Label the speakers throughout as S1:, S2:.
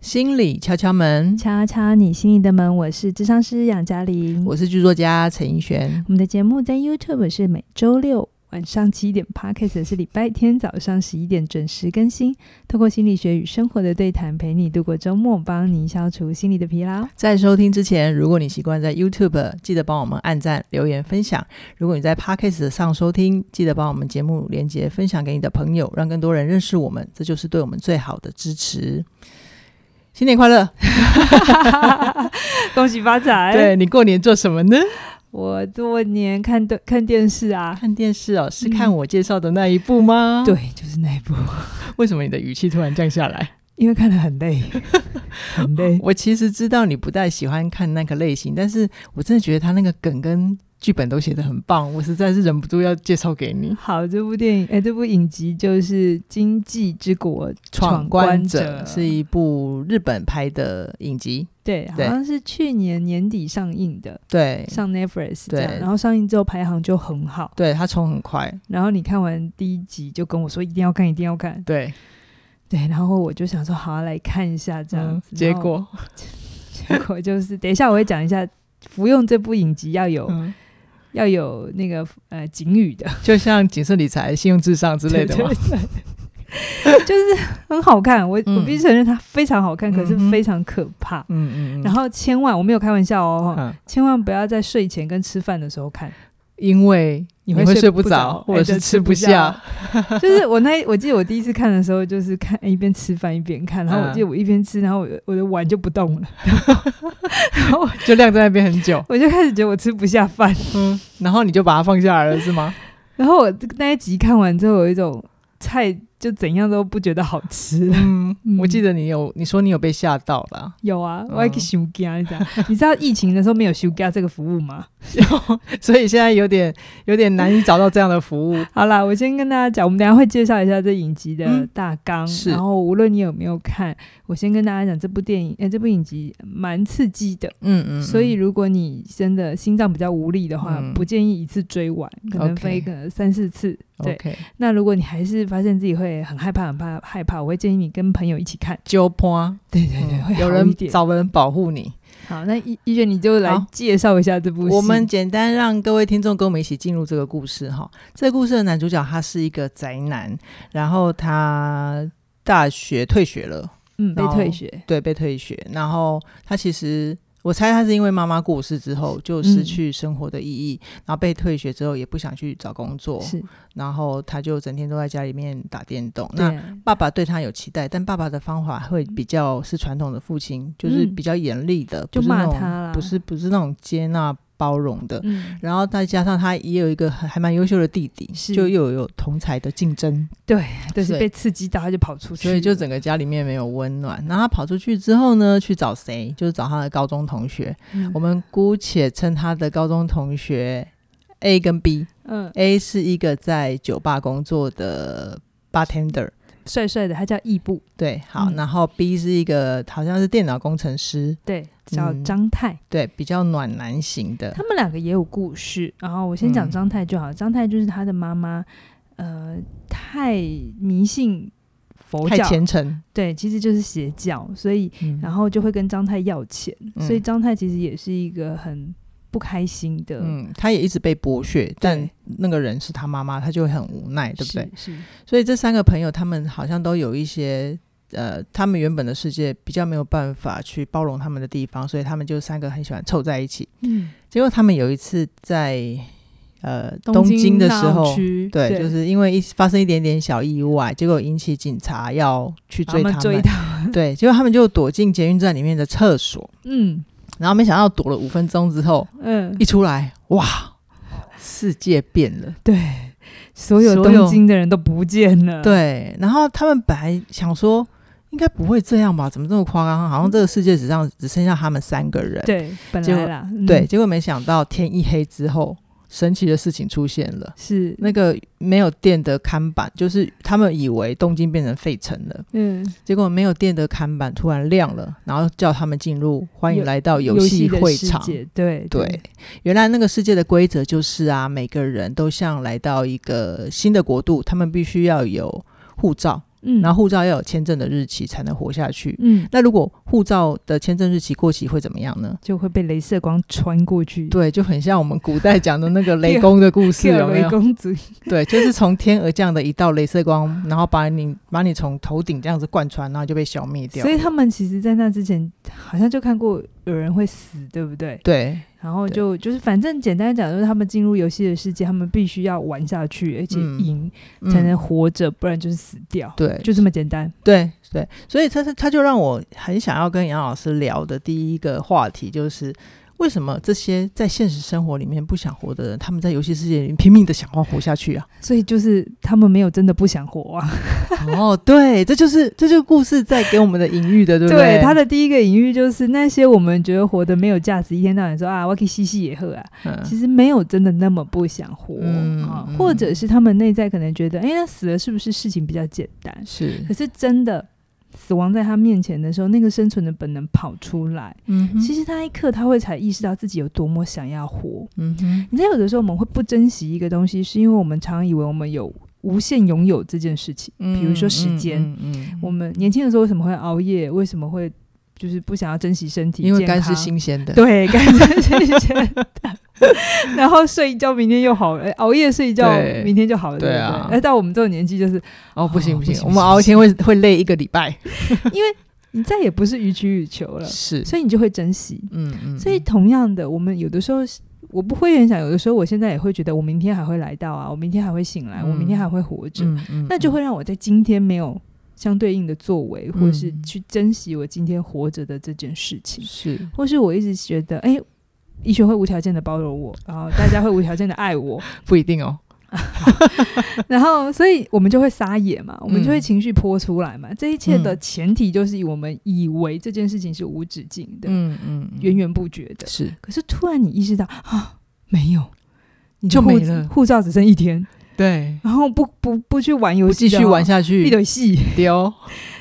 S1: 心理敲敲门，
S2: 敲敲你心里的门，我是智商师杨嘉玲。我
S1: 我是剧作家陈奕璇。
S2: 们的节目在 YouTube 是每周六晚上七点，Podcast 是礼拜天早上十一点准时更新。透过心理学与生活的对谈，陪你度过周末，帮你消除心理的疲劳。
S1: 在收听之前，如果你习惯在 YouTube，记得帮我们按赞、留言、分享；如果你在 Podcast 上收听，记得帮我们节目连接分享给你的朋友，让更多人认识我们，这就是对我们最好的支持。新年快乐！
S2: 恭喜发财！
S1: 对你过年做什么呢？
S2: 我过年看的看电视啊，
S1: 看电视哦，是
S2: 嗯
S1: 看我介绍的那一部吗？，
S2: 对，就是那一部，
S1: 为什么你的语气突然降下来？
S2: 因为看得很累，很累。
S1: 我其实知道你不太喜欢看那个类型，但是我真的觉得他那个梗跟剧本都写得很棒，我实在是忍不住要介绍给你。
S2: 好，这部电影，哎、这部影集就是《经济之国
S1: 闯
S2: 关
S1: 关者是一部日本拍的影集，
S2: 对，好
S1: 对
S2: 像是去年年底上映的，
S1: 对
S2: 上 Netflix 这
S1: 对
S2: 样。然后上映之后排行就很好，
S1: 对，它冲很快，
S2: 然后你看完第一集就跟我说一定要看，一定要看。
S1: 对，
S2: 对，然后我就想说好、来看一下
S1: 嗯
S2: 这样子。
S1: 结
S2: 然后
S1: 果，
S2: 结果就是，等一下我会讲一下，服用这部影集要有、
S1: 嗯，
S2: 要有那个呃警语的
S1: 就像谨慎理财、信用至上之类的嘛
S2: 对，对对 就是很好看。我、我
S1: 嗯
S2: 必须承认它非常好看，可是
S1: 嗯哼
S2: 非常可怕。
S1: 嗯嗯嗯，
S2: 然
S1: 后
S2: 后千万，我没有开玩笑哦，
S1: 嗯，
S2: 千万不要在睡前跟吃饭的时候看。
S1: 因为
S2: 你
S1: 会
S2: 会
S1: 睡
S2: 睡
S1: 不着，
S2: 不着
S1: 或者
S2: 哎对
S1: 是
S2: 吃
S1: 吃
S2: 不
S1: 不下，
S2: 就是我那我记得我第一次看的时候，就是看一边吃饭一边看，然
S1: 嗯
S2: 后我记得我一边吃，然后我的我的碗就不动了，然后我
S1: 就晾在那边很久，
S2: 我就开始觉得我吃不下饭。
S1: 嗯，然后你就把它放下来了，是吗？
S2: 然后我那一集看完之后，有一种菜就怎样都不觉得好吃。
S1: 嗯，我记
S2: 嗯
S1: 得你有你说你有被吓到了，
S2: 有啊，
S1: 嗯
S2: 我还可以休假，你知道？你知道疫情的时候没有休假这个服务吗？
S1: 所以现在有点有点难以找到这样的服务。
S2: 好啦，我先跟大家讲，我们等一下会介绍一下这影集的
S1: 嗯
S2: 大纲。
S1: 是
S2: 然后无论你有没有看，我先跟大家讲这部电影，哎、这部影集蛮刺激的。
S1: 嗯嗯
S2: 所以，如果你真的心脏比较无力的话，
S1: 嗯
S2: 不建议一次追完，可能
S1: OK
S2: 飞个三四次。对
S1: OK，
S2: 那如果你还是发现自己会很害怕、很怕、害怕，我会建议你跟朋友一起看。
S1: 纠坡，
S2: 对对对，会
S1: 有
S2: 好
S1: 人
S2: 一点。
S1: 找人保护你。
S2: 好，那一一卷你就来
S1: 好
S2: 介绍一下这部戏。
S1: 我们简单让各位听众跟我们一起进入这个故事哈。这个故事的男主角他是一个宅男，然后他大学退学了，
S2: 嗯被
S1: 然后
S2: 退学，
S1: 对，被退学。然后他其实我猜他是因为妈妈过世之后就失去生活的意义，然后被退学之后也不想去找工作，
S2: 嗯是
S1: 然后他就整天都在家里面打电动。那
S2: 对啊
S1: 爸爸对他有期待，但爸爸的方法会比较是传统的父亲，就是比较严厉的，
S2: 嗯就
S1: 不是那种
S2: 骂他啦
S1: 不是不是那种接纳包容的。
S2: 嗯，
S1: 然后再加上他也有一个很还蛮优秀的弟弟，
S2: 是
S1: 就又有同才的竞争，
S2: 对，就是
S1: 所以
S2: 被刺激到他就跑出去，
S1: 所以就整个家里面没有温暖。然后他跑出去之后呢，去找谁？就是找他的高中同学。
S2: 嗯
S1: 我们姑且称他的高中同学 A 跟 B。
S2: 嗯
S1: A 是一个在酒吧工作的 bartender，
S2: 帅帅的，他叫义布，
S1: 对，好，
S2: 嗯
S1: 然后 B 是一个好像是电脑工程师，
S2: 对，叫
S1: 嗯
S2: 张泰。
S1: 对，比较暖男型的
S2: 他，们两个也有故事。然后我先讲
S1: 嗯
S2: 张太就好，张太就是他的妈妈，呃，太迷信佛
S1: 太
S2: 教，
S1: 虔诚，
S2: 对，其实就是邪教，所以
S1: 嗯
S2: 然后就会跟张太要钱，
S1: 嗯
S2: 所以张太其实也是一个很不开心的，
S1: 嗯，他也一直被剥削，但那个人是他妈妈，他就会很无奈，对不对？
S2: 是是，
S1: 所以这三个朋友，他们好像都有一些。呃，他们原本的世界比较没有办法去包容他们的地方，所以他们就三个很喜欢凑在一起。
S2: 嗯，
S1: 结果他们有一次在呃东京的时
S2: 闹
S1: 候，
S2: 区
S1: 对，就是因为一发生一点点小意外，结果引起警察要去
S2: 把他
S1: 追
S2: 们追他，
S1: 对，结果他们就躲进捷运站里面的厕所，
S2: 嗯
S1: 然后没想到躲了五分钟之后，
S2: 嗯
S1: 一，出来，哇，世界变了。
S2: 对，所有
S1: 所有
S2: 东京的人都不见了，，
S1: 对，然后他们本来想说，应该不会这样吧？怎么这么夸张？好像这个世界只上只剩下他们三个人。
S2: 对，本
S1: 结果
S2: 来啦，嗯
S1: 对，，结果没想到天一黑之后，神奇的事情出现了。
S2: 是，
S1: 那个没有电的看板，就是他们以为东京变成废城了，
S2: 嗯，
S1: 结果没有电的看板突然亮了，然后叫他们进入，欢迎
S2: 游
S1: 来到游
S2: 游
S1: 戏
S2: 的
S1: 会
S2: 世
S1: 场。
S2: 界，对
S1: 对，原来那个世界的规则就是啊，每个人都像来到一个新的国度，他们必须要有护照，
S2: 嗯，
S1: 然后护照要有签证的日期才能活下去。
S2: 嗯，
S1: 那如果护照的签证日期过期会怎么样呢？
S2: 就会被镭射光穿过去。
S1: 对，就很像我们古代讲的那个雷公的故事，
S2: 克
S1: 有没
S2: 雷
S1: 有？
S2: 公主，
S1: 对，就是从天而降的一道镭射光，然后把你把你从头顶这样子贯穿，然后就被消灭掉
S2: 所。以他们其实，在那之前好像就看过有人会死，对不对？
S1: 对，
S2: 然后就就是，反正简单讲，就是他们进入游戏的世界，他们必须要玩下去，而且
S1: 嗯
S2: 赢、
S1: 嗯
S2: 才能活着，不然就是死掉，
S1: 对，
S2: 就这么简单。
S1: 对对，所以他他他就让我很想要跟杨老师聊的第一个话题就是。为什么这些在现实生活里面不想活的人，他们在游戏世界里拼命的想要活下去 啊？
S2: 所以就是他们没有真的不想活啊。
S1: 哦，对，这就是这就是故事在给我们的隐喻的，对不对？
S2: 他的第一个隐喻就是那些我们觉得活得没有价值，一天到晚说啊，我可以嬉戏也喝啊，
S1: 嗯，
S2: 其实没有真的那么不想活、
S1: 嗯
S2: 啊
S1: 嗯，
S2: 或者是他们内在可能觉得，哎、那死了是不是事情比较简单？
S1: 是
S2: 可，是真的死亡在他面前的时候，那个生存的本能跑出来。
S1: 嗯哼
S2: 其实那一刻，他会才意识到自己有多么想要活。
S1: 嗯哼，
S2: 你知道，有的时候我们会不珍惜一个东西，是因为我们常以为我们有无限拥有这件事情。比如说时间，
S1: 嗯嗯嗯嗯
S2: 我们年轻的时候为什么会熬夜？为什么会就是不想要珍惜身体？
S1: 因为
S2: 健康
S1: 肝是新鲜的，
S2: 对，干真是真的。 然后睡一觉，明天又好了；哎熬夜睡一觉
S1: 对，
S2: 明天就好了。对
S1: 对
S2: 不
S1: 啊
S2: 对那哎到我们这种年纪，就是
S1: 哦，不行
S2: 哦
S1: 不
S2: 不
S1: 行
S2: 行，
S1: 我
S2: 不
S1: 们
S2: 行
S1: 熬一天会会累一个礼拜，
S2: 因为你再也不是予取予求了，
S1: 是，
S2: 所以你就会珍惜。
S1: 嗯嗯，
S2: 所以同样的，我们有的时候是我不会很想，有的时候我现在也会觉得，我明天还会来到啊，我明天还会醒来，
S1: 嗯
S2: 我明天还会活着，
S1: 嗯嗯，
S2: 那就
S1: 嗯
S2: 会让我在今天没有。相对应的作为，或是
S1: 嗯
S2: 去珍惜我今天活着的这件事情，
S1: 是，
S2: 或是我一直觉得，哎、医学会无条件的包容我，然后大家会无条件的爱我，
S1: 不一定哦，
S2: 然后所以我们就会撒野嘛，我们就
S1: 嗯
S2: 会情绪泼出来嘛。这一切的
S1: 嗯
S2: 前提就是以我们以为这件事情是无止境的、
S1: 嗯嗯，嗯
S2: 源源不绝的，
S1: 是
S2: 可是突然你意识到啊，没有，你
S1: 就
S2: 的护
S1: 没了
S2: 护照只剩一天，
S1: 对，
S2: 然后不不不去玩游
S1: 不
S2: 戏，
S1: 继续玩，下去
S2: 一，堆戏，
S1: 丢，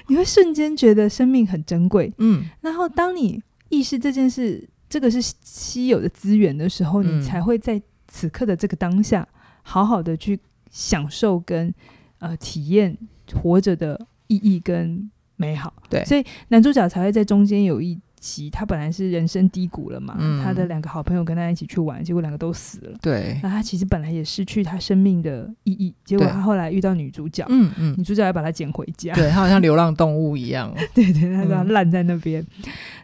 S2: 你会瞬间觉得生命很珍贵。
S1: 嗯
S2: 然后当你意识这件事，这个是稀有的资源的时候，
S1: 嗯
S2: 你才会在此刻的这个当下，好好的去享受跟呃体验活着的意义跟美好。
S1: 对
S2: 所以男主角才会在中间有一。集，他本来是人生低谷了嘛，
S1: 嗯
S2: 他的两个好朋友跟他一起去玩，结果两个都死了。
S1: 对，
S2: 那他其实本来也失去他生命的意义，结果
S1: 对
S2: 他后来遇到女主角，
S1: 嗯嗯
S2: 女，主角还把他捡回家，
S1: 对，它好像流浪动物一 样哦，
S2: 对对，他说他
S1: 嗯
S2: 烂在那边，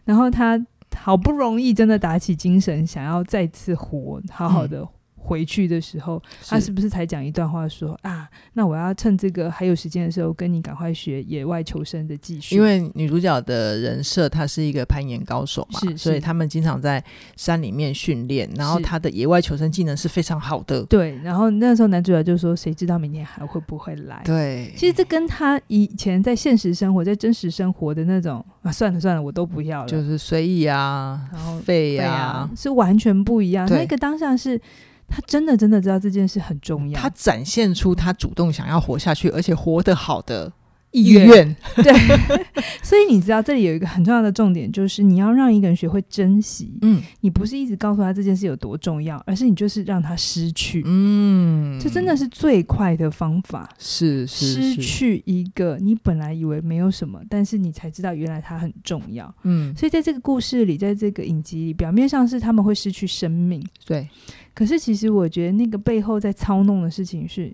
S2: 然后他好不容易真的打起精神，想要再次活，好
S1: 嗯
S2: 好的回去的时候，他是不是才讲一段话说啊，那我要趁这个还有时间的时候，跟你赶快学野外求生的技术，
S1: 因为女主角的人设，她是一个攀岩高手嘛，
S2: 是
S1: 所以
S2: 是
S1: 他们经常在山里面训练，然后
S2: 是
S1: 她的野外求生技能是非常好的。
S2: 对，然后那时候男主角就说，谁知道明天还会不会来？
S1: 对，
S2: 其实这跟他以前在现实生活、在真实生活的那种啊，算了算了，我都不要了，
S1: 就是随意啊
S2: 然后，
S1: 废
S2: 对啊
S1: 呀，，
S2: 是完全不一样。
S1: 对
S2: 那个当下是他真的真的知道这件事很重要，
S1: 她展现出她主动想要活下去，而且活得好的意
S2: 愿
S1: 愿。
S2: 所以你知道这里有一个很重要的重点，就是你要让一个人学会珍惜。
S1: 嗯
S2: 你不是一直告诉他这件事有多重要，而是你就是让他失去，
S1: 嗯，
S2: 这真的是最快的方法。
S1: 是是
S2: 失
S1: 是，
S2: 去一个你本来以为没有什么，但是你才知道原来它很重要。
S1: 嗯，
S2: 所以在这个故事里，在这个影集里，表面上是他们会失去生命，
S1: 对，
S2: 可是其实我觉得那个背后在操弄的事情是，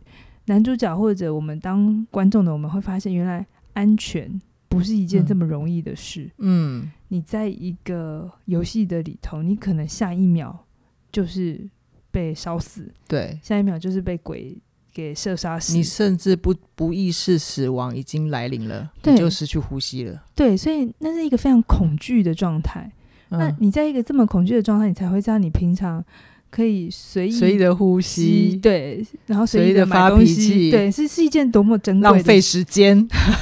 S2: 男主角或者我们当观众的，我们会发现原来安全不是一件
S1: 嗯
S2: 这么容易的事。
S1: 嗯，
S2: 你在一个游戏的里头，你可能下一秒就是被烧死，
S1: 对。
S2: 下一秒就是被鬼给射杀死
S1: 你。甚至不不意识死亡已经来临了，
S2: 对
S1: 你就失去呼吸了。
S2: 对，所以那是一个非常恐惧的状态。那
S1: 嗯，
S2: 你在一个这么恐惧的状态，你才会知道你平常可以随意
S1: 随意的呼
S2: 吸
S1: 吸，
S2: 对，然后
S1: 随
S2: 随
S1: 意
S2: 意
S1: 地
S2: 的
S1: 发脾气
S2: 对，是是一件多么珍贵
S1: 浪
S2: 的
S1: 费
S2: 事
S1: 时间，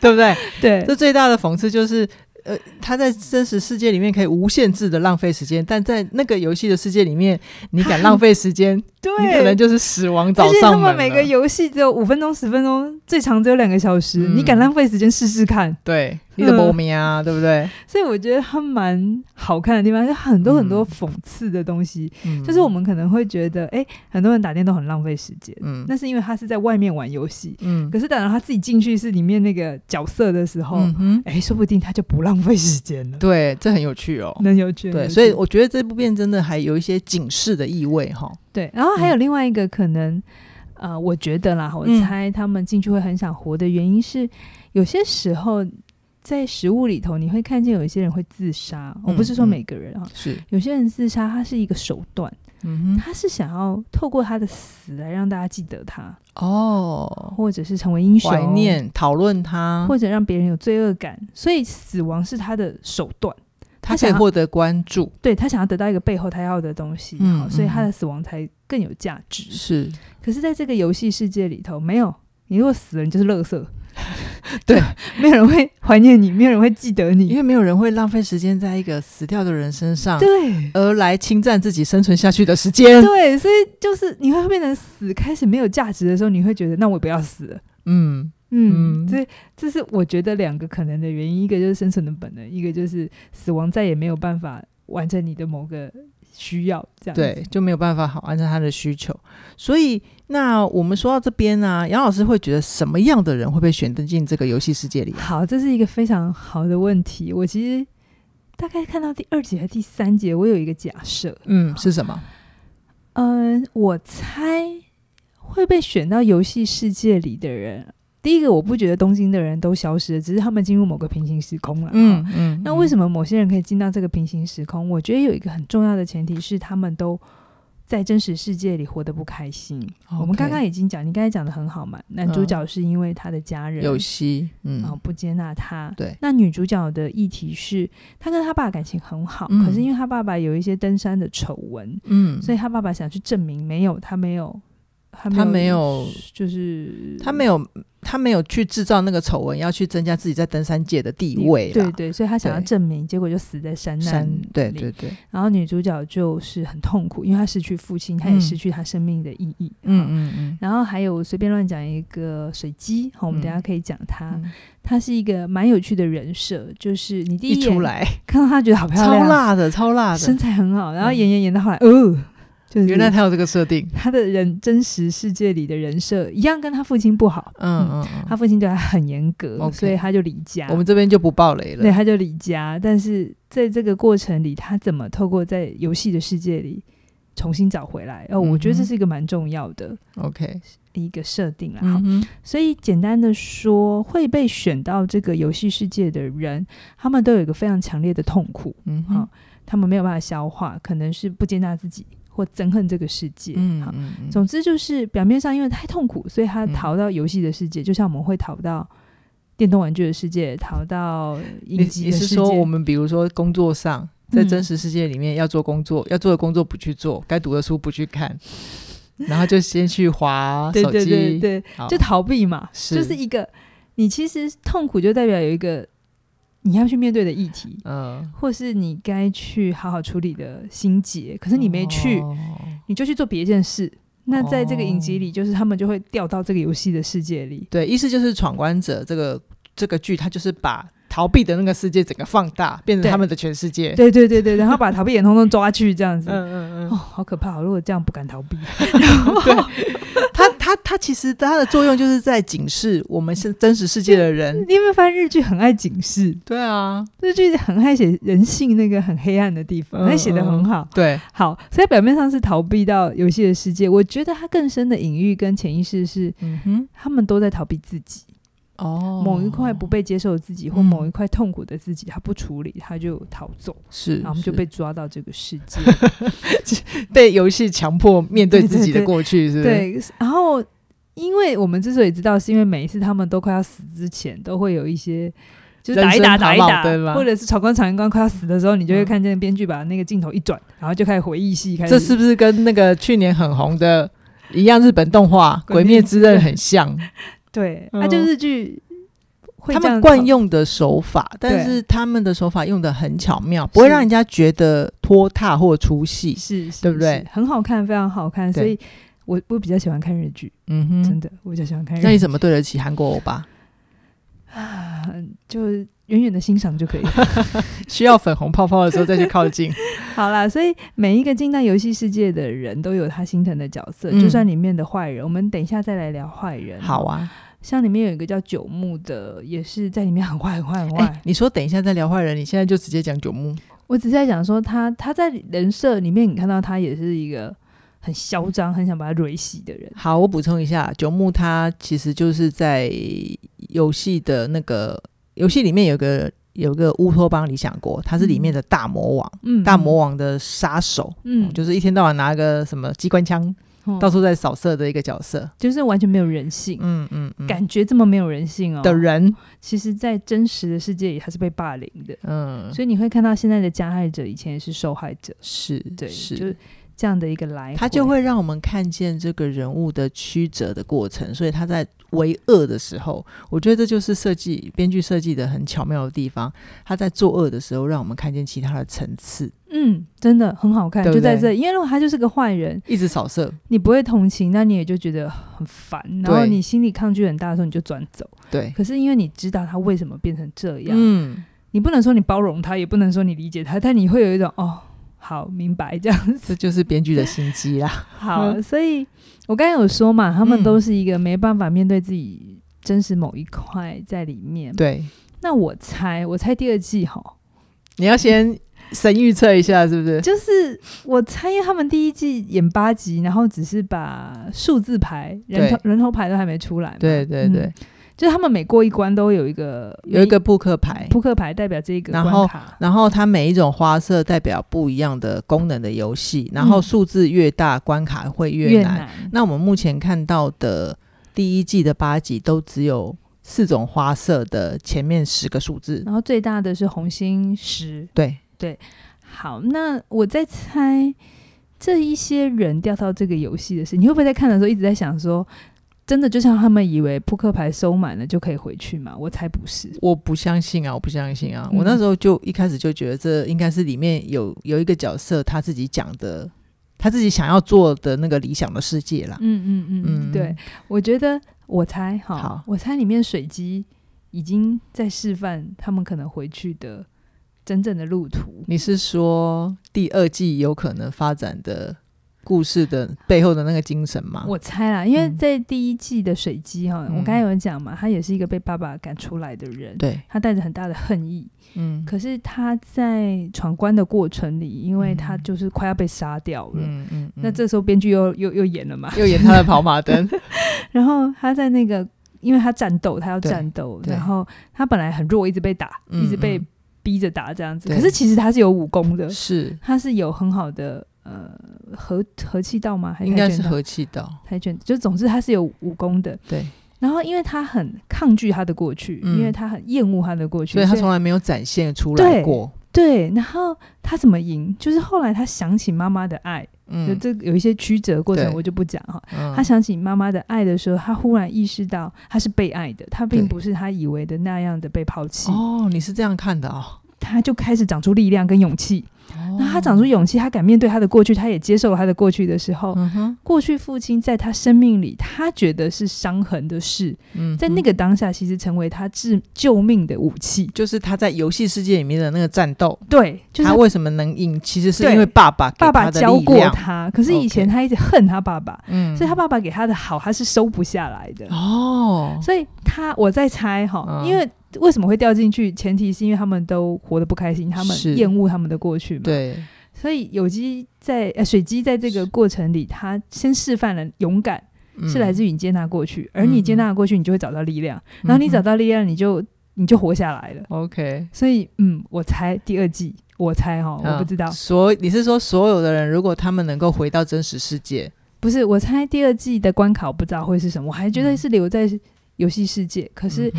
S1: 对不对？
S2: 对
S1: 这最大的讽刺就是，呃，他在真实世界 里面可以无限制的浪费时间，但在那个游戏的世界里面，你敢浪费时间，你可能
S2: 对，
S1: 就是死亡早
S2: 而且他
S1: 上
S2: 们
S1: 门
S2: 每
S1: 了
S2: 个游戏只有五分钟、十分钟，最长只有两个小时，
S1: 嗯
S2: 你敢浪费时间试试看？
S1: 对，你的
S2: 嗯
S1: 搏命啊，对不对？
S2: 所以我觉得它蛮好看的地方，就很多很多
S1: 嗯
S2: 讽刺的东西，
S1: 嗯
S2: 就是我们可能会觉得，哎、很多人打电动很浪费时间，
S1: 嗯
S2: 那是因为他是在外面玩游戏，
S1: 嗯
S2: 可是等到他自己进去是里面那个角色的时候，哎、
S1: 嗯哼，
S2: 说不定他就不浪费时间了。
S1: 对，这很有趣哦。
S2: 能有趣，能
S1: 对，
S2: 有
S1: 所以
S2: 趣
S1: 我觉得这部片真的还有一些警示的意味哈。
S2: 对，然后还有另外一个可能，呃，我觉得啦，我
S1: 嗯
S2: 猜他们进去会很想活的原因是，有些时候在食物里头，你会看见有一些人会自杀，我不是说
S1: 嗯
S2: 每个人啊，
S1: 是，
S2: 有些人自杀，他是一个手段，
S1: 嗯
S2: 他是想要透过他的死来让大家记得他，
S1: 哼，哦，
S2: 或者是成为英雄，
S1: 怀念讨论它，
S2: 或者让别人有罪恶感，所以死亡是他的手段，
S1: 它
S2: 他
S1: 可
S2: 想
S1: 以
S2: 要
S1: 获得关注，
S2: 对他想要得到一个背后他要的东西，
S1: 嗯
S2: 好，所以他
S1: 嗯
S2: 的死亡才更有价值。
S1: 是
S2: 可是，在这个游戏世界里头，没有你如果死了，你就是垃 圾，
S1: 对，
S2: 没有人会怀念你，没有人会记得
S1: 因
S2: 你，
S1: 为没有人会浪费时间在一个死掉的人身上，
S2: 对。
S1: 而来侵占自己生存下去的时间。
S2: 对，所以就是你会变成死开始没有价值的时候，你会觉得那我不要死了。
S1: 嗯，
S2: 嗯，
S1: 嗯
S2: 所以这是我觉得两个可能的原因，一个就是生存的本能，一个就是死亡再也没有办法完成你的某个需要，这样子
S1: 对，就没有办法好按照他的需求。所以，那我们说到这边呢、杨老师会觉得什么样的人会被选择进这个游戏世界里啊？
S2: 好，这是一个非常好的问题。我其实大概看到第二节和第三节，我有一个假设，
S1: 嗯，是什么？
S2: 嗯、我猜会被选到游戏世界里的人，第一个我不觉得东京的人都消失了，只是他们进入某个平行时空了。哦
S1: 嗯嗯，
S2: 那为
S1: 么？
S2: 什么某些人可以进到这个平行时空？我觉得有一个很重要的前提是，他们都在真实世界里活得不开心。我们刚刚已经讲，你刚才讲的很好嘛，男主
S1: 嗯
S2: 角是因为他的家人
S1: 有戏，嗯
S2: 然后不接纳他。
S1: 对
S2: 那女主角的议题是，她跟她爸感情很好，
S1: 嗯
S2: 可是因为她爸爸有一些登山的丑闻，
S1: 嗯，
S2: 所以她爸爸想去证明没有，他没有，他没有，
S1: 他没有，
S2: 就是
S1: 他没有，他没有去制造那个丑闻，要去增加自己在登山界的地位啦
S2: 对对，所以她想要
S1: 对证
S2: 证明，结果就死在山难
S1: 山
S2: 里。，
S1: 对对对，
S2: 然后女主角就是很痛苦，因为她失去父亲，她也
S1: 嗯
S2: 失去她生命的意义。
S1: 嗯
S2: 嗯。
S1: 嗯
S2: 然后还有随便乱讲一个水鸡，好，我们等一下
S1: 嗯
S2: 可以讲她。
S1: 嗯，
S2: 她是一个蛮有趣的人设，就是你第
S1: 一
S2: 眼
S1: 出来
S2: 看到她觉得好漂亮，
S1: 超辣的，超辣
S2: 身
S1: 的，
S2: 材很好，然后
S1: 嗯
S2: 演演演到后来，哦，就是
S1: 原来他有这个设定，
S2: 他的人真实世界里的人设一样，跟他父亲不好，
S1: 嗯嗯
S2: 他
S1: 嗯，
S2: 父亲对他很严格
S1: OK
S2: 所以他就离家。
S1: 我们这边就不爆雷
S2: 对，
S1: 了，
S2: 他就离家，但是在这个过程里，他怎么透过在游戏的世界里重新找回来？哦，
S1: 嗯哼
S2: 我觉得这是一个蛮重要的
S1: OK，
S2: 一个设定啦。好
S1: 嗯哼，
S2: 所以简单的说，会被选到这个游戏世界的人，他们都有一个非常强烈的痛苦。
S1: 嗯
S2: 好、
S1: 哼，
S2: 他们没有办法消化，可能是不接纳自己或憎恨这个世界。
S1: 嗯
S2: 好，
S1: 嗯嗯
S2: 总之就是表面上因为太痛苦，所以他
S1: 嗯
S2: 逃到游戏的世界，就像我们会逃到电动玩具的世界，逃到
S1: 你
S2: 影集
S1: 你
S2: 的
S1: 是
S2: 世界。
S1: 说我们比如说工作上，在
S2: 嗯
S1: 真实世界里面要做工作，要做的工作不去做，该读的书不去 看，然后就先去划
S2: 对
S1: 手
S2: 对对
S1: 机，
S2: 对，
S1: 好
S2: 就逃避嘛，
S1: 是
S2: 就是一个你其实痛苦就代表有一个你要去面对的议题。
S1: 嗯，
S2: 或是你该去好好处理的心结，可是你没去，
S1: 哦
S2: 你就去做别一件事。那在这个影集
S1: 哦
S2: 里，就是他们就会掉到这个游戏的世界里，
S1: 对，意思就是《闯关者》这个这个剧，它就是把逃避的那个世界整个放大，变成
S2: 对
S1: 他们的全世界。
S2: 对对对对，然后把逃避眼通通抓去这样子，
S1: 嗯嗯
S2: 哦，
S1: 嗯，
S2: 好可怕、哦！如果这样不敢逃避，
S1: 它它它其实它的作用就是在警示我们是真实世界的人。
S2: 你有没有发现日剧很爱警示，
S1: 对啊，
S2: 日剧很爱写人性那个很黑暗的地方，
S1: 嗯
S2: 它写的很好。
S1: 对，
S2: 好，所以表面上是逃避到游戏的世界，我觉得它更深的隐喻跟潜意识是，
S1: 嗯哼，
S2: 他们都在逃避自己，
S1: 哦，
S2: 某一块不被接受的自己，或
S1: 嗯
S2: 某一块痛苦的自己，他不处理，他就逃走，
S1: 是，
S2: 然后他们就是被抓到这个世 界。
S1: 被游戏强迫面对自己的过去，是不是？
S2: 对，然后因为我们之所以知道，是因为每一次他们都快要死之前，都会有一些。就是打一打
S1: 人生
S2: 打一
S1: 跑马
S2: 打
S1: 灯吗，
S2: 或者是闯关闯一关快要死的时候，你就会
S1: 嗯
S2: 看见编剧把那个镜头一转，然后就开始回忆戏，开始
S1: 这是不是跟那个去年很红的一样，日本动画《鬼灭之刃》很像？
S2: 对，
S1: 嗯
S2: 啊，就日剧会
S1: 他
S2: 这
S1: 们
S2: 样
S1: 惯
S2: 吵
S1: 用的手法，但
S2: 对
S1: 是他们的手法用的很巧妙，不会
S2: 是
S1: 让人家觉得拖沓或出戏。
S2: 是，是
S1: 对不对
S2: 是很好看，非常好看，所
S1: 对
S2: 以我我比较喜欢看日剧，
S1: 嗯
S2: 真
S1: 哼，
S2: 的，我比较喜欢看日剧。
S1: 那你怎么对得起韩国欧巴？
S2: 就远远的欣赏就可 以了。
S1: 需要粉红泡泡的时候再去靠近。
S2: 好啦，所以每一个进到游戏世界的人都有他心疼的角色，
S1: 嗯
S2: 就算里面的坏人，我们等一下再来聊坏人。
S1: 好，啊，
S2: 像里面有一个叫九木的，也是在里面很坏很坏很坏。
S1: 哎、你说等一下再聊坏人，你现在就直接讲九木。
S2: 我只是在讲说他他在人设里面，你看到他也是一个很嚣张、很想把他蕊洗的人。
S1: 好，我补充一下，九木他其实就是在游戏的那个游戏里面有个有个乌托邦理想国，他是里面的大魔王，
S2: 嗯，
S1: 大魔王的杀手，
S2: 嗯，
S1: 就是一天到晚拿个什么机关枪
S2: 嗯
S1: 到处在扫射的一个角色。
S2: 就是完全没有人性，
S1: 嗯嗯嗯，
S2: 感觉这么没有人性哦。
S1: 的人，
S2: 其实，在真实的世界里，他是被霸凌的。
S1: 嗯，
S2: 所以你会看到现在的加害者以前也是受害者，
S1: 是
S2: 对，就是是。这样的一个来回，
S1: 他就会让我们看见这个人物的曲折的过程，所以他在为恶的时候，我觉得这就是设计编剧设计的很巧妙的地方。他在作恶的时候，让我们看见其他的层次，
S2: 嗯，真的很好看，
S1: 对不
S2: 就在
S1: 对
S2: 这里，因为如果他就是个坏人，
S1: 一直扫射，
S2: 你不会同情，那你也就觉得很烦，然后
S1: 对
S2: 你心里抗拒很大的时候，你就转走。
S1: 对，
S2: 可是因为你知道他为什么变成这样，
S1: 嗯，
S2: 你不能说你包容他，也不能说你理解他，但你会有一种哦，好明白这样
S1: 这
S2: 子。
S1: 就是编剧的心机啦。
S2: 好，
S1: 嗯
S2: 所以我刚才有说嘛，他们
S1: 嗯
S2: 都是一个没办法面对自己真实某一块在里面。
S1: 对，
S2: 那我猜，我猜第二季哈，
S1: 你要先神预测一下，是不是？
S2: 就是我猜，因为他们第一季演八集，然后只是把数字牌、人头人头牌都还没出来嘛，
S1: 对对
S2: 嗯
S1: 对，
S2: 就是他们每过一关都有一个
S1: 有一个扑克牌，
S2: 扑克牌代表这个
S1: 然
S2: 关
S1: 后
S2: 卡，
S1: 然后它每一种花色代表不一样的功能的游戏，然后
S2: 嗯
S1: 数字越大，关卡会
S2: 越
S1: 越难。
S2: 南
S1: 那我们目前看到的第一季的八集都只有四种花色的前面十个数字，
S2: 然后最大的是红心石。
S1: 对，
S2: 好，那我在猜这一些人掉到这个游戏的事，你会不会在看的时候一直在想说，真的就像他们以为扑克牌收满了就可以回去嘛？我才不是，
S1: 我不相信啊，我不相信啊！
S2: 嗯
S1: 我那时候就一开始就觉得这应该是里面有有一个角色他自己讲的，他自己想要做的那个理想的世界啦。
S2: 嗯嗯嗯，嗯
S1: 嗯，
S2: 对，，我觉得我猜哈
S1: 好，
S2: 我猜里面水机已经在示范他们可能回去的真正的路途。
S1: 你是说第二季有可能发展的故事的背后的那个精神吗？
S2: 我猜啦，因为
S1: 啊嗯
S2: 在第一季的水机哈，我
S1: 嗯
S2: 刚才有讲嘛，他也是一个被爸爸赶出来的人，
S1: 对，
S2: 他带着很大的恨意，
S1: 嗯
S2: 可是他在闯关的过程里，因为他
S1: 嗯
S2: 就是快要被杀掉了，
S1: 嗯嗯，
S2: 那这时候编剧又又又演了嘛，
S1: 又演他的跑马 灯，
S2: 然后他在那个，因为他战斗，他要
S1: 对
S2: 战斗，
S1: 对
S2: 然后他本来很弱，一直被打，
S1: 嗯
S2: 一直被
S1: 嗯
S2: 逼着打这样子，
S1: 对
S2: 可是其实他是有武功的，
S1: 是
S2: 他是有很好的呃和和气道吗？还
S1: 应该是
S2: 和
S1: 和气道，
S2: 跆拳，就总之他是有武功的。
S1: 对，
S2: 然后，因为他很抗拒他的过去，
S1: 嗯
S2: 因为他很厌恶他的过去，
S1: 所以他从来没有展现出来
S2: 对
S1: 过。
S2: 对，然后他怎么赢？就是后来他想起妈妈的爱，就
S1: 嗯，
S2: 这个有一些曲折过程，
S1: 对
S2: 我就不讲哈。
S1: 嗯
S2: 他想起妈妈的爱的时候，他忽然意识到他是被爱的，他并
S1: 对
S2: 不是他以为的那样的被抛弃，
S1: 哦，你是这样看的哦。
S2: 他就开始长出力量跟勇气。
S1: 哦
S2: 那他长出，勇气，他敢面对他的过去，他也接受了他的过去的时候，
S1: 嗯哼，
S2: 过去父亲在他生命里，他觉得是伤痕的事，
S1: 嗯，
S2: 在那
S1: 嗯
S2: 个当下，其实成为他致救命的武器。
S1: 就是他在游戏世界里面的那个战斗，
S2: 对，就是
S1: 他为什么能赢，其实是
S2: 对
S1: 因为爸爸给
S2: 爸爸
S1: 他的
S2: 教
S1: 力
S2: 过
S1: 量。
S2: 他，可是以前
S1: OK
S2: 他一直恨他爸爸，
S1: 嗯
S2: 所以他爸爸给他的好他是收不下来的。
S1: 哦，
S2: 所以他我在猜哈，
S1: 嗯
S2: 因为为什么会掉进去？前提是因为他们都活得不开心，他们
S1: 是
S2: 厌恶他们的过去嘛。
S1: 对，
S2: 所以有机在呃水机在这个过程里，他先示范了勇敢
S1: 嗯
S2: 是来自于你接纳过去，而
S1: 嗯
S2: 你接纳过去，你就会找到力量，然后你找
S1: 嗯
S2: 到力量，你就你就活下来了。
S1: 哼 OK，
S2: 所以嗯，我猜第二季，我猜哈，我
S1: 嗯
S2: 不知道，
S1: 所以你是说所有的人，如果他们能够回到真实世界，
S2: 不是，我猜第二季的关卡我不知道会是什么，我还觉得
S1: 嗯
S2: 是留在游戏世界。
S1: 可
S2: 可是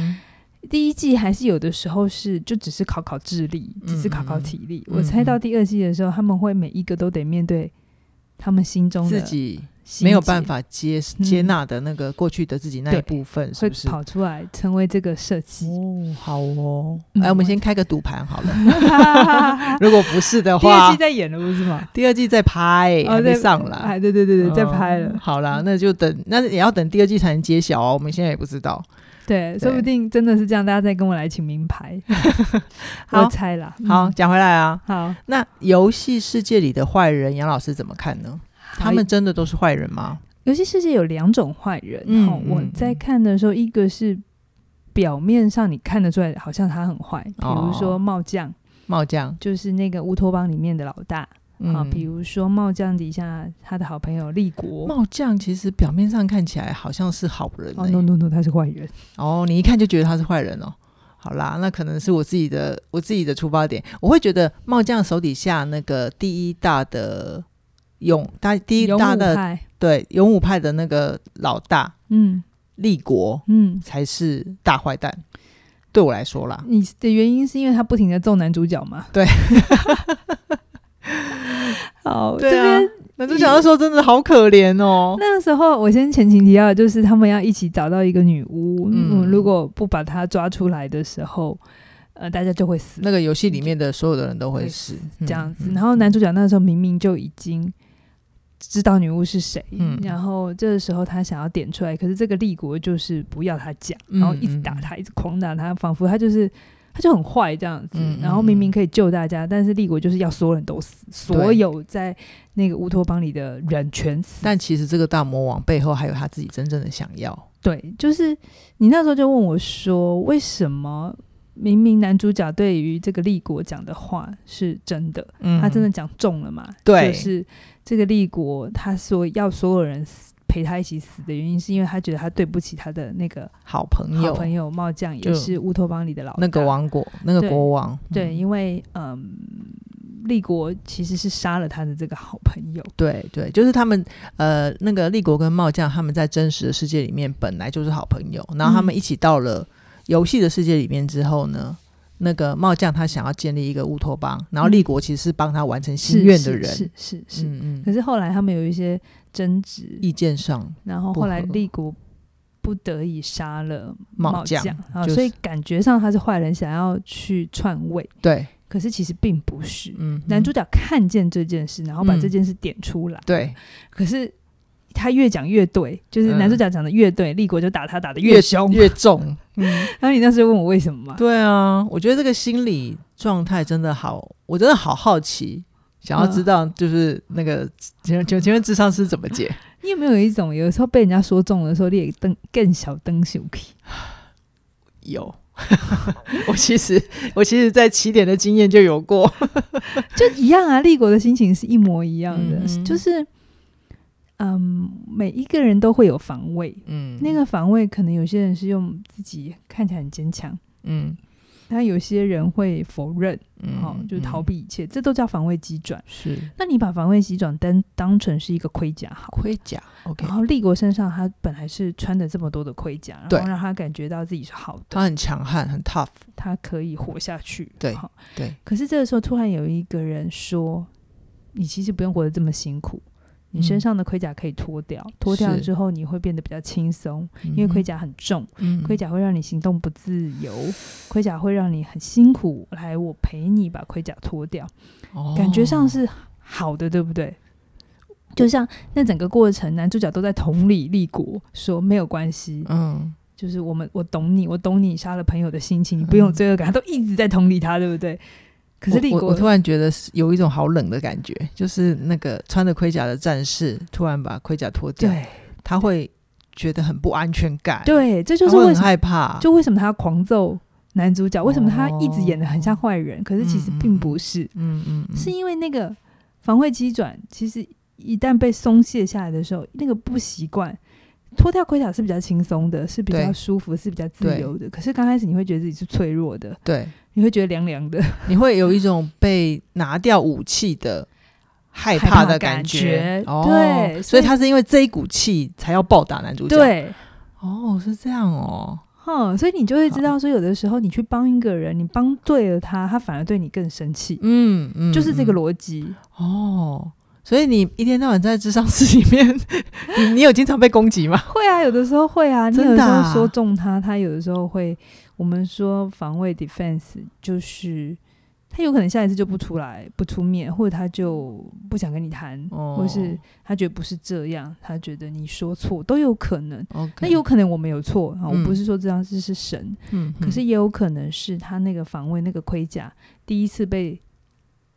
S2: 第一季还是有的时候是就只是考考智力，只是考考体力。
S1: 嗯嗯
S2: 我猜到第二季的时候，他们会每一个都得面对他们心中的
S1: 自己
S2: 心结
S1: 没有办法接
S2: 嗯
S1: 接纳的那个过去的自己那一
S2: 对
S1: 部分，是
S2: 会
S1: 不是？
S2: 跑出来成为这个设计。
S1: 哦，好哦，
S2: 嗯
S1: 来，我们
S2: 我
S1: 先开个赌盘好了。
S2: 第
S1: 如果不是的
S2: 二季
S1: 话，
S2: 在演了，不是吗？
S1: 第二季再拍，
S2: 哦
S1: 还没
S2: 在
S1: 上啦。
S2: 哎，对对对对，在
S1: 嗯
S2: 拍了，
S1: 好啦，那就等，那也要等第二季才能揭晓哦。我们现在也不知道。
S2: 对，说不定真的是这样，大家再跟我来请名 牌，
S1: 好
S2: 我猜啦。嗯
S1: 好，讲回来啊，
S2: 好，
S1: 那游戏世界里的坏人，杨老师怎么看呢？他们真的都是坏人吗？
S2: 游戏世界有两种坏人，
S1: 嗯
S2: 哦，我
S1: 嗯
S2: 在看的时候，一个是表面上你看得出来好像他很坏，比如
S1: 哦
S2: 说帽将，
S1: 冒将，
S2: 就是那个乌托邦里面的老大啊，
S1: 嗯，
S2: 比如说帽将底下他的好朋友立国。
S1: 冒将其实表面上看起来好像是好人、
S2: 哦
S1: 欸
S2: ，no no no，他是坏人。
S1: 哦，你一看就觉得他是坏人哦。好啦，那可能是我自己的我自己的出发点，我会觉得帽将手底下那个第一大的勇大第一
S2: 勇
S1: 大
S2: 武
S1: 的
S2: 派，
S1: 对勇武派的那个老大
S2: 嗯
S1: 立国
S2: 嗯，
S1: 才是大坏蛋，对我来说啦，
S2: 你的原因是因为他不停的揍男主角嘛？
S1: 对。
S2: 好，这
S1: 对啊
S2: 边，
S1: 男主角那时候真的好可怜哦。
S2: 那时候我先前情提要，就是他们要一起找到一个女巫，
S1: 嗯
S2: 嗯，如果不把她抓出来的时候，呃，大家就会死，
S1: 那个游戏里面的所有的人都会
S2: 会
S1: 是
S2: 这样子。
S1: 嗯
S2: 然后男主角那时候明明就已经知道女巫是谁，
S1: 嗯
S2: 然后这个时候他想要点出来，可是这个立国就是不要他讲，
S1: 嗯
S2: 然后一直打他，一直狂打他，仿佛他就是。他就很坏这样子，
S1: 嗯嗯
S2: 然后明明可以救大家，但是立国就是要所有人都死，所有在那个乌托邦里的人全死。
S1: 但其实这个大魔王背后还有他自己真正的想要，
S2: 对，就是你那时候就问我说，为什么明明男主角对于这个立国讲的话是真的，
S1: 嗯
S2: 他真的讲中了嘛？
S1: 对
S2: 就是这个立国，他说要所有人死陪他一起死的原因，是因为他觉得他对不起他的那个
S1: 好朋
S2: 好
S1: 友，
S2: 朋友帽将，也
S1: 就是
S2: 乌托邦里的老
S1: 那个
S2: 大。
S1: 王国，那个
S2: 对
S1: 国王，
S2: 对，
S1: 嗯
S2: 因为嗯，立国其实是杀了他的这个好朋友。
S1: 对对，就是他们呃，那个立国跟帽将他们在真实的世界里面本来就是好朋友，然后他们
S2: 嗯
S1: 一起到了游戏的世界里面之后呢，那个帽将他想要建立一个乌托邦，然后立国其实是帮他完成
S2: 嗯是
S1: 心愿的人，
S2: 是是是是。
S1: 嗯
S2: 可
S1: 嗯，
S2: 是后来他们有一些争执，
S1: 意见上
S2: 然后
S1: 不
S2: 后来
S1: 合
S2: 立国不得已杀了
S1: 帽
S2: 将
S1: 将，
S2: 啊，
S1: 就是
S2: 所以感觉上他是坏人，想要去篡位，
S1: 对，
S2: 可是其实并不是。
S1: 嗯，
S2: 男主
S1: 嗯
S2: 角看见这件事，然后把
S1: 嗯
S2: 这件事点出来，
S1: 对
S2: 可是他越讲越对，就是男主角讲的越对，立国就打他打的
S1: 越
S2: 凶。
S1: 越重，嗯，
S2: 然后你那时候问我为什么嘛？
S1: 对啊，我觉得这个心理状态真的好，我真的好好奇。想要知
S2: 嗯
S1: 道就是那个请问请问请问智商是怎么解？
S2: 你有没有一种有时候被人家说中的时候，你也瞪更小灯羞气？
S1: 有， 我其实我其实，在起点的经验就有过。
S2: 就一样啊，立国的心情是一模一样的，
S1: 嗯哼
S2: 就是嗯，每一个人都会有防卫，
S1: 嗯
S2: 那个防卫可能有些人是用自己看起来很坚强，
S1: 嗯
S2: 那有些人会否认，
S1: 嗯
S2: 哦，就逃、避一切，这都叫防卫机转。
S1: 是
S2: 那你把防卫机转当当成是一个盔甲好。
S1: 盔甲。OK，
S2: 然后立国身上，他本来是穿着这么多的盔甲，
S1: 对
S2: 然后让他感觉到自己是好的，
S1: 他很强悍，很 tough。
S2: 他可以活下去。
S1: 对
S2: 好
S1: 对，
S2: 可是这个时候突然有一个人说：“你其实不用活得这么辛苦，你身
S1: 嗯
S2: 上的盔甲可以脱掉，脱掉
S1: 是
S2: 之后你会变得比较轻松，因为盔甲很重，
S1: 嗯嗯，嗯
S2: 盔甲会让你行动不自由，盔甲会让你很辛苦。来，我陪你把盔甲脱掉，
S1: 哦
S2: 感觉上，是好的，对不对？就像那整个过程，男主角都在同理立国，说没有关系，
S1: 哦嗯，
S2: 就是我们我懂你，我懂你杀了朋友的心情，你不用有罪恶感，他都一直在同理他，对不对？可是立
S1: 我我
S2: 国
S1: 我突然觉得是有一种好冷的感觉，就是那个穿着盔甲的战士突然把盔甲脱掉，
S2: 对
S1: 他会觉觉得很不安全感，，
S2: 对，这
S1: 就
S2: 就是为
S1: 很
S2: 什么
S1: 害怕，
S2: 就为什么他要狂揍男主角，为什么他一直演的很像
S1: 哦
S2: 坏人，可是其实
S1: 嗯嗯
S2: 并
S1: 嗯
S2: 不是。
S1: 嗯嗯，嗯
S2: 是因为那个防卫机转，其实一旦被松懈下来的时候，那个不习惯。脱掉盔甲是比较轻松的，是比较
S1: 对
S2: 舒服，是比较自由的。可是刚开始你会觉得自己是脆弱的，
S1: 对，
S2: 你会觉得 凉凉的，
S1: 你会有一种被拿掉武器的害
S2: 怕
S1: 的
S2: 感
S1: 觉哦
S2: 觉。对
S1: 所
S2: 所
S1: 以
S2: 以
S1: 他是因为这一股气才要暴打男主角。，
S2: 对，
S1: 哦，是这样哦。
S2: 哼，所以你就会知道说，有的时候你去帮一个人，你帮对了他，他反而对你更生气，
S1: 嗯嗯
S2: 就是这个
S1: 嗯
S2: 逻辑。
S1: 哦。所以你一天到晚在智商室里面， 你你有经常被攻击 吗？
S2: 会啊，有的时候会啊，你有
S1: 真
S2: 的
S1: 的
S2: 时
S1: 啊
S2: 候说中他，他有的时候会，我们说防卫 defense 就是他有可能下一次就不出来不出面，或者他就不想跟你谈，
S1: 哦
S2: 或是他觉得不是这样，他觉得你说错都有可能。
S1: 哦 OK，
S2: 那有可能我们有错啊，我
S1: 嗯
S2: 不是说这张是是神，
S1: 嗯，嗯
S2: 可是也有可能是他那个防卫那个盔甲第一次被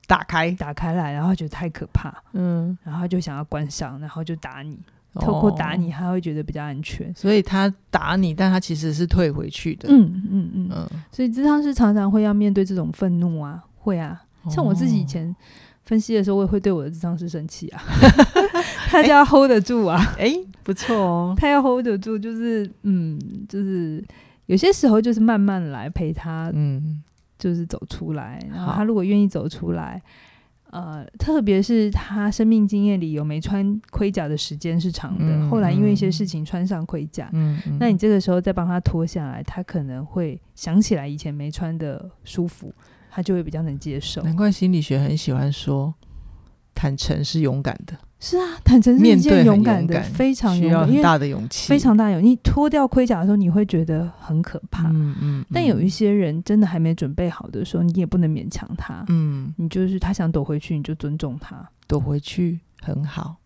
S1: 打开，
S2: 打开来，然后他觉得太可怕，
S1: 嗯，
S2: 然后他就想要关上，然后就打你，透过打
S1: 哦，
S2: 你他会觉得比较安全。
S1: 所以他打你，但他其实是退回去的。
S2: 嗯嗯嗯，
S1: 嗯，
S2: 所以智商是常常会要面对这种愤怒啊，会啊，像我自己以
S1: 哦，
S2: 前分析的时候，我也会对我的智商师生气 啊，他就要 hold 得住啊，
S1: 哎、不错哦。
S2: 他要 hold 得住，就是嗯，就是有些时候就是慢慢来陪他，
S1: 嗯，
S2: 就是走出来，然后
S1: 好
S2: 他如果愿意走出来。呃，特别是他生命经验里有没穿盔甲的时间是长的，
S1: 嗯
S2: 后来因为一些
S1: 嗯
S2: 事情穿上盔甲，
S1: 嗯，嗯
S2: 那你这个时候再帮他脱下来，他可能会想起来以前没穿的舒服，他就会比较能接受。
S1: 难怪心理学很喜欢说，坦诚是勇敢的，
S2: 是啊，坦诚是一
S1: 面对
S2: 件
S1: 很
S2: 勇
S1: 勇
S2: 敢的，
S1: 敢
S2: 非常
S1: 需
S2: 勇
S1: 要
S2: 敢，
S1: 很
S2: 因为
S1: 大的勇气，
S2: 非常大勇。你脱掉盔甲的时候，你会觉得很可怕。
S1: 嗯嗯。
S2: 但有一
S1: 嗯
S2: 些人真的还没准备好的时候，你也不能勉强他。
S1: 嗯，
S2: 你就是他想躲回去，你就尊重他。
S1: 躲回去很好，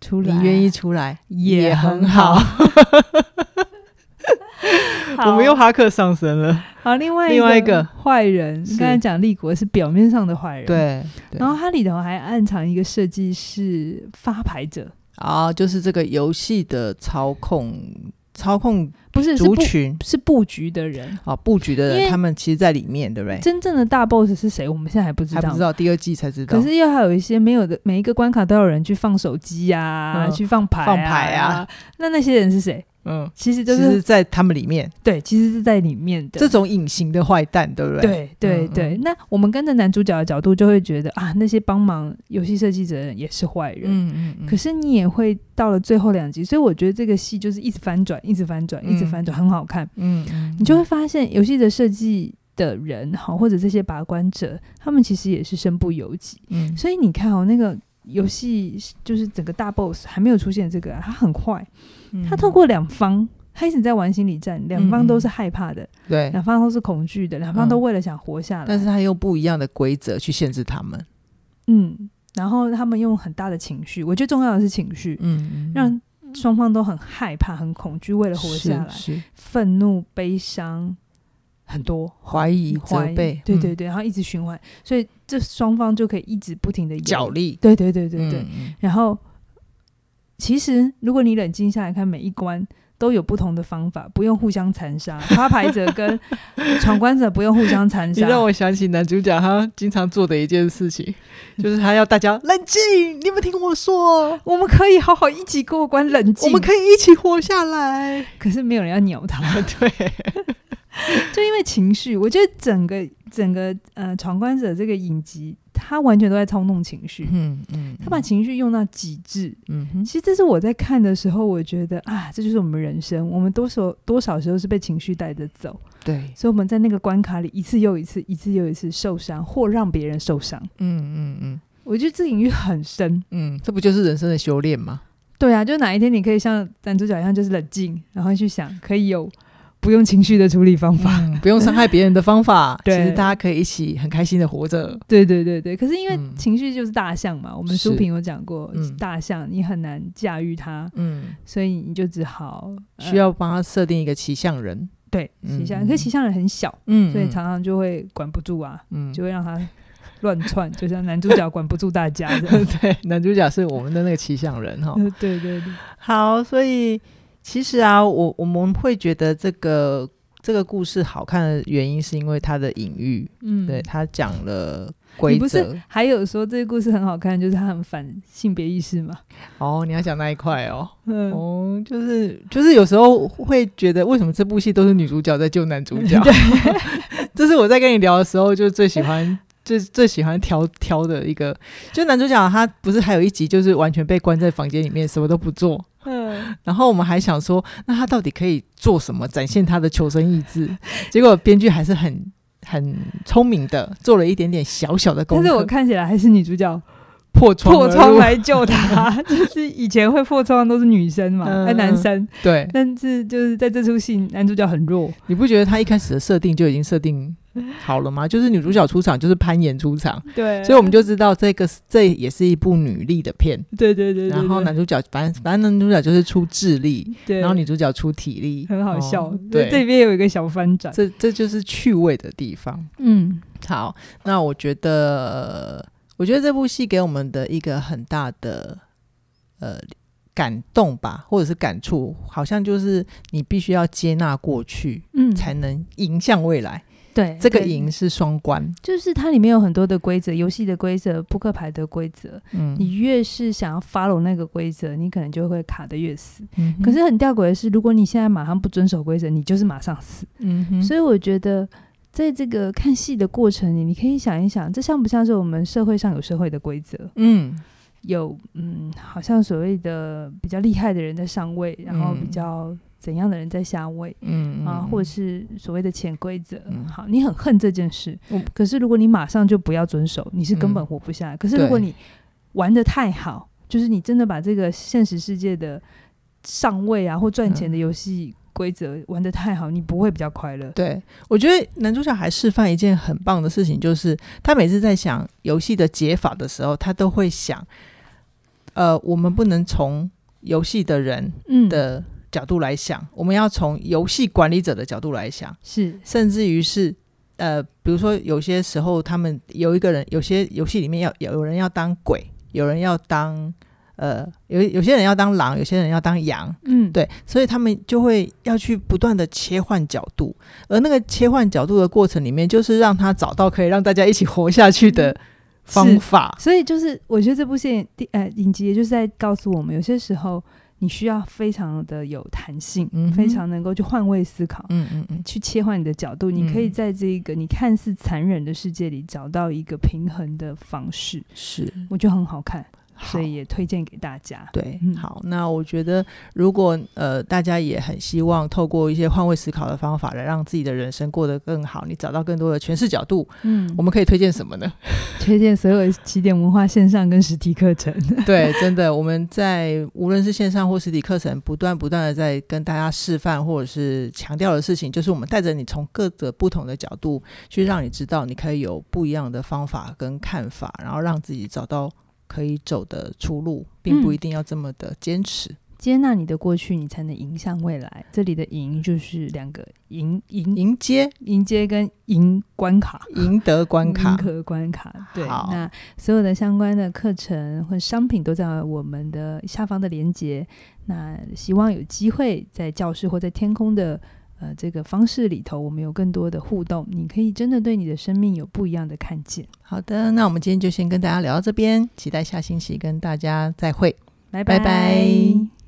S2: 出
S1: 你
S2: 来，
S1: 愿意出来
S2: 也
S1: 很
S2: 很好。
S1: 我们又哈克上身了，
S2: 好，另外
S1: 另外一个
S2: 坏人，
S1: 是
S2: 刚才讲立国是表面上的坏人，。
S1: 对，对
S2: 然后它里头还暗藏一个设计是发牌者，
S1: 啊，就是这个游戏的操控，操控
S2: 不是是
S1: 族
S2: 布
S1: 群
S2: 是布局的人。
S1: 啊，布局的
S2: 因为
S1: 人，他们其实在里面，对不对？
S2: 真正的大 boss 是谁？我们现在还不知
S1: 还
S2: 道。
S1: 不知道，第二季才知道。
S2: 可是又还有一些没有的，每一个关卡都有人去放手机呀、
S1: 嗯
S2: 去放牌、
S1: 放牌
S2: 啊
S1: 啊。
S2: 那那些人是谁？
S1: 嗯，
S2: 其实
S1: 就
S2: 就是是
S1: 在他们里面，
S2: 对，其实是在里面的。
S1: 这种隐形的坏蛋，对不对？
S2: 对对
S1: 嗯嗯
S2: 对，那我们跟着男主角的角度，就会觉得啊，那些帮忙游戏设计者的人也是坏人。
S1: 嗯，嗯嗯。
S2: 可是你也会到了最后两集，所以我觉得这个戏就是一直翻转，一直翻转，一直
S1: 嗯
S2: 翻转，很好看。
S1: 嗯，嗯，
S2: 你就会发现游戏的设计的人哈，或者这些把关者，他们其实也是身不由己。
S1: 嗯，
S2: 所以你看哦，那个游戏就是整个大 boss 还没有出现这个、啊，他很快，
S1: 嗯
S2: 他透过两方。他一直在玩心理战，两方都是害怕的，
S1: 对，嗯
S2: 两方都是恐惧的，两方都为了想活下来。
S1: 但是他用不一样的规则去限制他们。
S2: 嗯，然后他们用很大的情绪，我觉得重要的是情绪，
S1: 嗯，嗯
S2: 让双方都很害怕、很恐惧，为了活下来，
S1: 是是
S2: 愤怒、悲伤很多，
S1: 怀疑、
S2: 怀
S1: 责
S2: 疑
S1: 备，
S2: 对
S1: 嗯
S2: 对，对，然后一直循环，所以这双方就可以一直不停的
S1: 角，力，
S2: 对对对对对。
S1: 嗯，嗯
S2: 然后其实如果你冷静下来看，每一关都有不同的方法，不用互相残杀，发牌者 跟闯关者不用互相残
S1: 你
S2: 杀。
S1: 让我想起男主角他经常做的一件事情，就是他要大家冷静，你们听我说，
S2: 我们可以好好一起过关，冷静。
S1: 我们可以一起活下来。
S2: 可是没有人要鸟他，
S1: 对，
S2: 就因为情绪。我觉得整个整个呃闯关者这个影集，他完全都在操弄情绪，
S1: 嗯嗯
S2: 他把情绪用到极致。
S1: 嗯哼
S2: 其实这是我在看的时候，我觉得啊，这就是我们人生，我们多少多少时候是被情绪带着走，
S1: 对，
S2: 所以我们在那个关卡里一次又一次，一次又一次受伤或让别人受伤。
S1: 嗯嗯嗯
S2: 我觉得这个隐喻很深。
S1: 嗯，这不就是人生的修炼吗？
S2: 对啊，就哪一天你可以像男主角一样，就是冷静，然后去想可以有不用情绪的处理方法。
S1: 嗯不用伤害别人的方 法，其
S2: 对
S1: 实大家可以一起很开心的活着。
S2: 对对对对，可是因为
S1: 嗯
S2: 情绪就是大象嘛，我们
S1: 是
S2: 书评有讲过，
S1: 嗯
S2: 大象你很难驾驭它，
S1: 嗯，
S2: 所以你就只好、呃
S1: 需要帮他设定一个骑象人。
S2: 对骑象，可是
S1: 嗯
S2: 骑象人很小，
S1: 嗯
S2: 所以常常就会管不住啊，
S1: 嗯
S2: 就会让他乱窜，就像男主角管不住大家这 样。
S1: 对，男主角是我们的那个骑象人哈。
S2: 呃对对对，
S1: 好，嗯所以其实啊，我我们会觉得这个这个故事好看的原因，是因为它的隐喻，
S2: 嗯，
S1: 对他讲了
S2: 你
S1: 规
S2: 不
S1: 则
S2: 是。还有说这个故事很好看，就是他很反性别意识嘛。
S1: 哦，你要讲那一块哦。
S2: 嗯，
S1: 哦，就是就是有时候会觉得，为什么这部戏都是女主角在救 男主角？ 这是我在跟你聊的时候，就最喜欢。最最喜欢挑挑的一个，就男主角他不是还有一集就是完全被关在房间里面，什么都不做。
S2: 嗯，
S1: 然后我们还想说，那他到底可以做什么，展现他的求生意志？结果编剧还是很很聪明的，做了一点点小小的功
S2: 但
S1: 课。
S2: 是我看起来还是女主角
S1: 破窗
S2: 破
S1: 而
S2: 窗
S1: 入，
S2: 来 救他。就是以前会破窗的都是女生嘛，
S1: 嗯
S2: 哎、男生，
S1: 对，
S2: 但是就是在这出戏，男主角很弱，
S1: 你不觉得他一开始的设定就已经设定好了吗？ 就是女主角出场就是攀岩出场，
S2: 对，啊
S1: 所以我们就知道这个这也是一部女力的片。
S2: 对对对对，
S1: 然后
S2: 对
S1: 男主角反正反正男主角就是出智力，
S2: 对，
S1: 然后女主角出体力，
S2: 很好笑，
S1: 哦
S2: 对，这
S1: 对，
S2: 里边有一个小翻转，
S1: 这这就是趣味的地方。
S2: 嗯，
S1: 好，那我觉得，呃我觉得这部戏给我们的一个很大的呃感动吧，或者是感触，好像就是你必须要接纳过去，
S2: 嗯
S1: 才能迎向未来。
S2: 对
S1: 这个
S2: 对
S1: 赢是双关，
S2: 就是它里面有很多的规则，游戏的规则、扑克牌的规则。
S1: 嗯，
S2: 你越是想要 follow 那个规则，你可能就会卡得越死。
S1: 嗯哼
S2: 可，是很吊诡的是，如果你现在马上不遵守规则，你就是马上死。
S1: 嗯哼，
S2: 所以我觉得，在这个看戏的过程里，你可以想一想，这像不像是我们社会上有社会的规则？
S1: 嗯
S2: 有嗯，好像所谓的比较厉害的人在上位，然后比
S1: 嗯
S2: 较怎样的人在下位。
S1: 嗯
S2: 啊，
S1: 嗯
S2: 或者是所谓的潜规则。
S1: 嗯
S2: 好，你很恨这件事
S1: 嗯，
S2: 可是如果你马上就不要遵守，你是根本
S1: 嗯
S2: 活不下来。可是如果
S1: 对
S2: 你玩的太好，就是你真的把这个现实世界的上位啊或赚钱的游戏规则玩的太好，你不会比较快乐。
S1: 嗯对，我觉得男主角还示范一件很棒的事情，就是他每次在想游戏的解法的时候，他都会想，呃，我们不能从游戏的人
S2: 嗯，
S1: 的角度来想，我们要从游戏管理者的角度来想，
S2: 是，
S1: 甚至于是。呃，比如说有些时候，他们有一个人，有些游戏里面要有人要当鬼，有人要当呃，有有些人要当狼，有些人要当羊，
S2: 嗯，，
S1: 对，所以他们就会要去不断的切换角度，而那个切换角度的过程里面，就是让他找到可以让大家一起活下去的方法。
S2: 所以嗯就是我觉得这部戏第呃影集也就是在告诉我们，有些时候你需要非常的有弹性，
S1: 嗯哼
S2: 非常能够去换位思考。
S1: 嗯嗯嗯，
S2: 去切换你的角度，你可以
S1: 嗯
S2: 在这个你看似残忍的世界里找到一个平衡的方式，
S1: 是，
S2: 我觉得嗯很好看，
S1: 好
S2: 所以也推荐给大家。
S1: 对
S2: 嗯，
S1: 好，那我觉得如果呃大家也很希望透过一些换位思考的方法来让自己的人生过得更好，你找到更多的诠释角度，
S2: 嗯，
S1: 我们可以推荐什么 呢？
S2: 推荐所有起点文化线上跟实体课程。
S1: 对，真的，我们在无论是线上或实体课程，不断不断的在跟大家示范或者是强调的事情，就是我们带着你从各个不同的角度去让你知道，你可以有不一样的方法跟看法，然后让自己找到可以走的出路，并不
S2: 嗯
S1: 一定要这么的坚持。
S2: 接纳你的过去，你才能迎向未来。这里的“迎”就是两个迎迎
S1: 迎接
S2: 迎接跟迎关卡。
S1: 赢得关卡
S2: 迎，合嗯关卡，对，
S1: 好
S2: 那所有的相关的课程或商品都在我们的下方的连接。那希望有机会在教室或在天空的呃这个方式里头，我们有更多的互动，你可以真的对你的生命有不一样的看见。
S1: 好的，那我们今天就先跟大家聊到这边，期待下星期跟大家再会。
S2: 拜
S1: 拜拜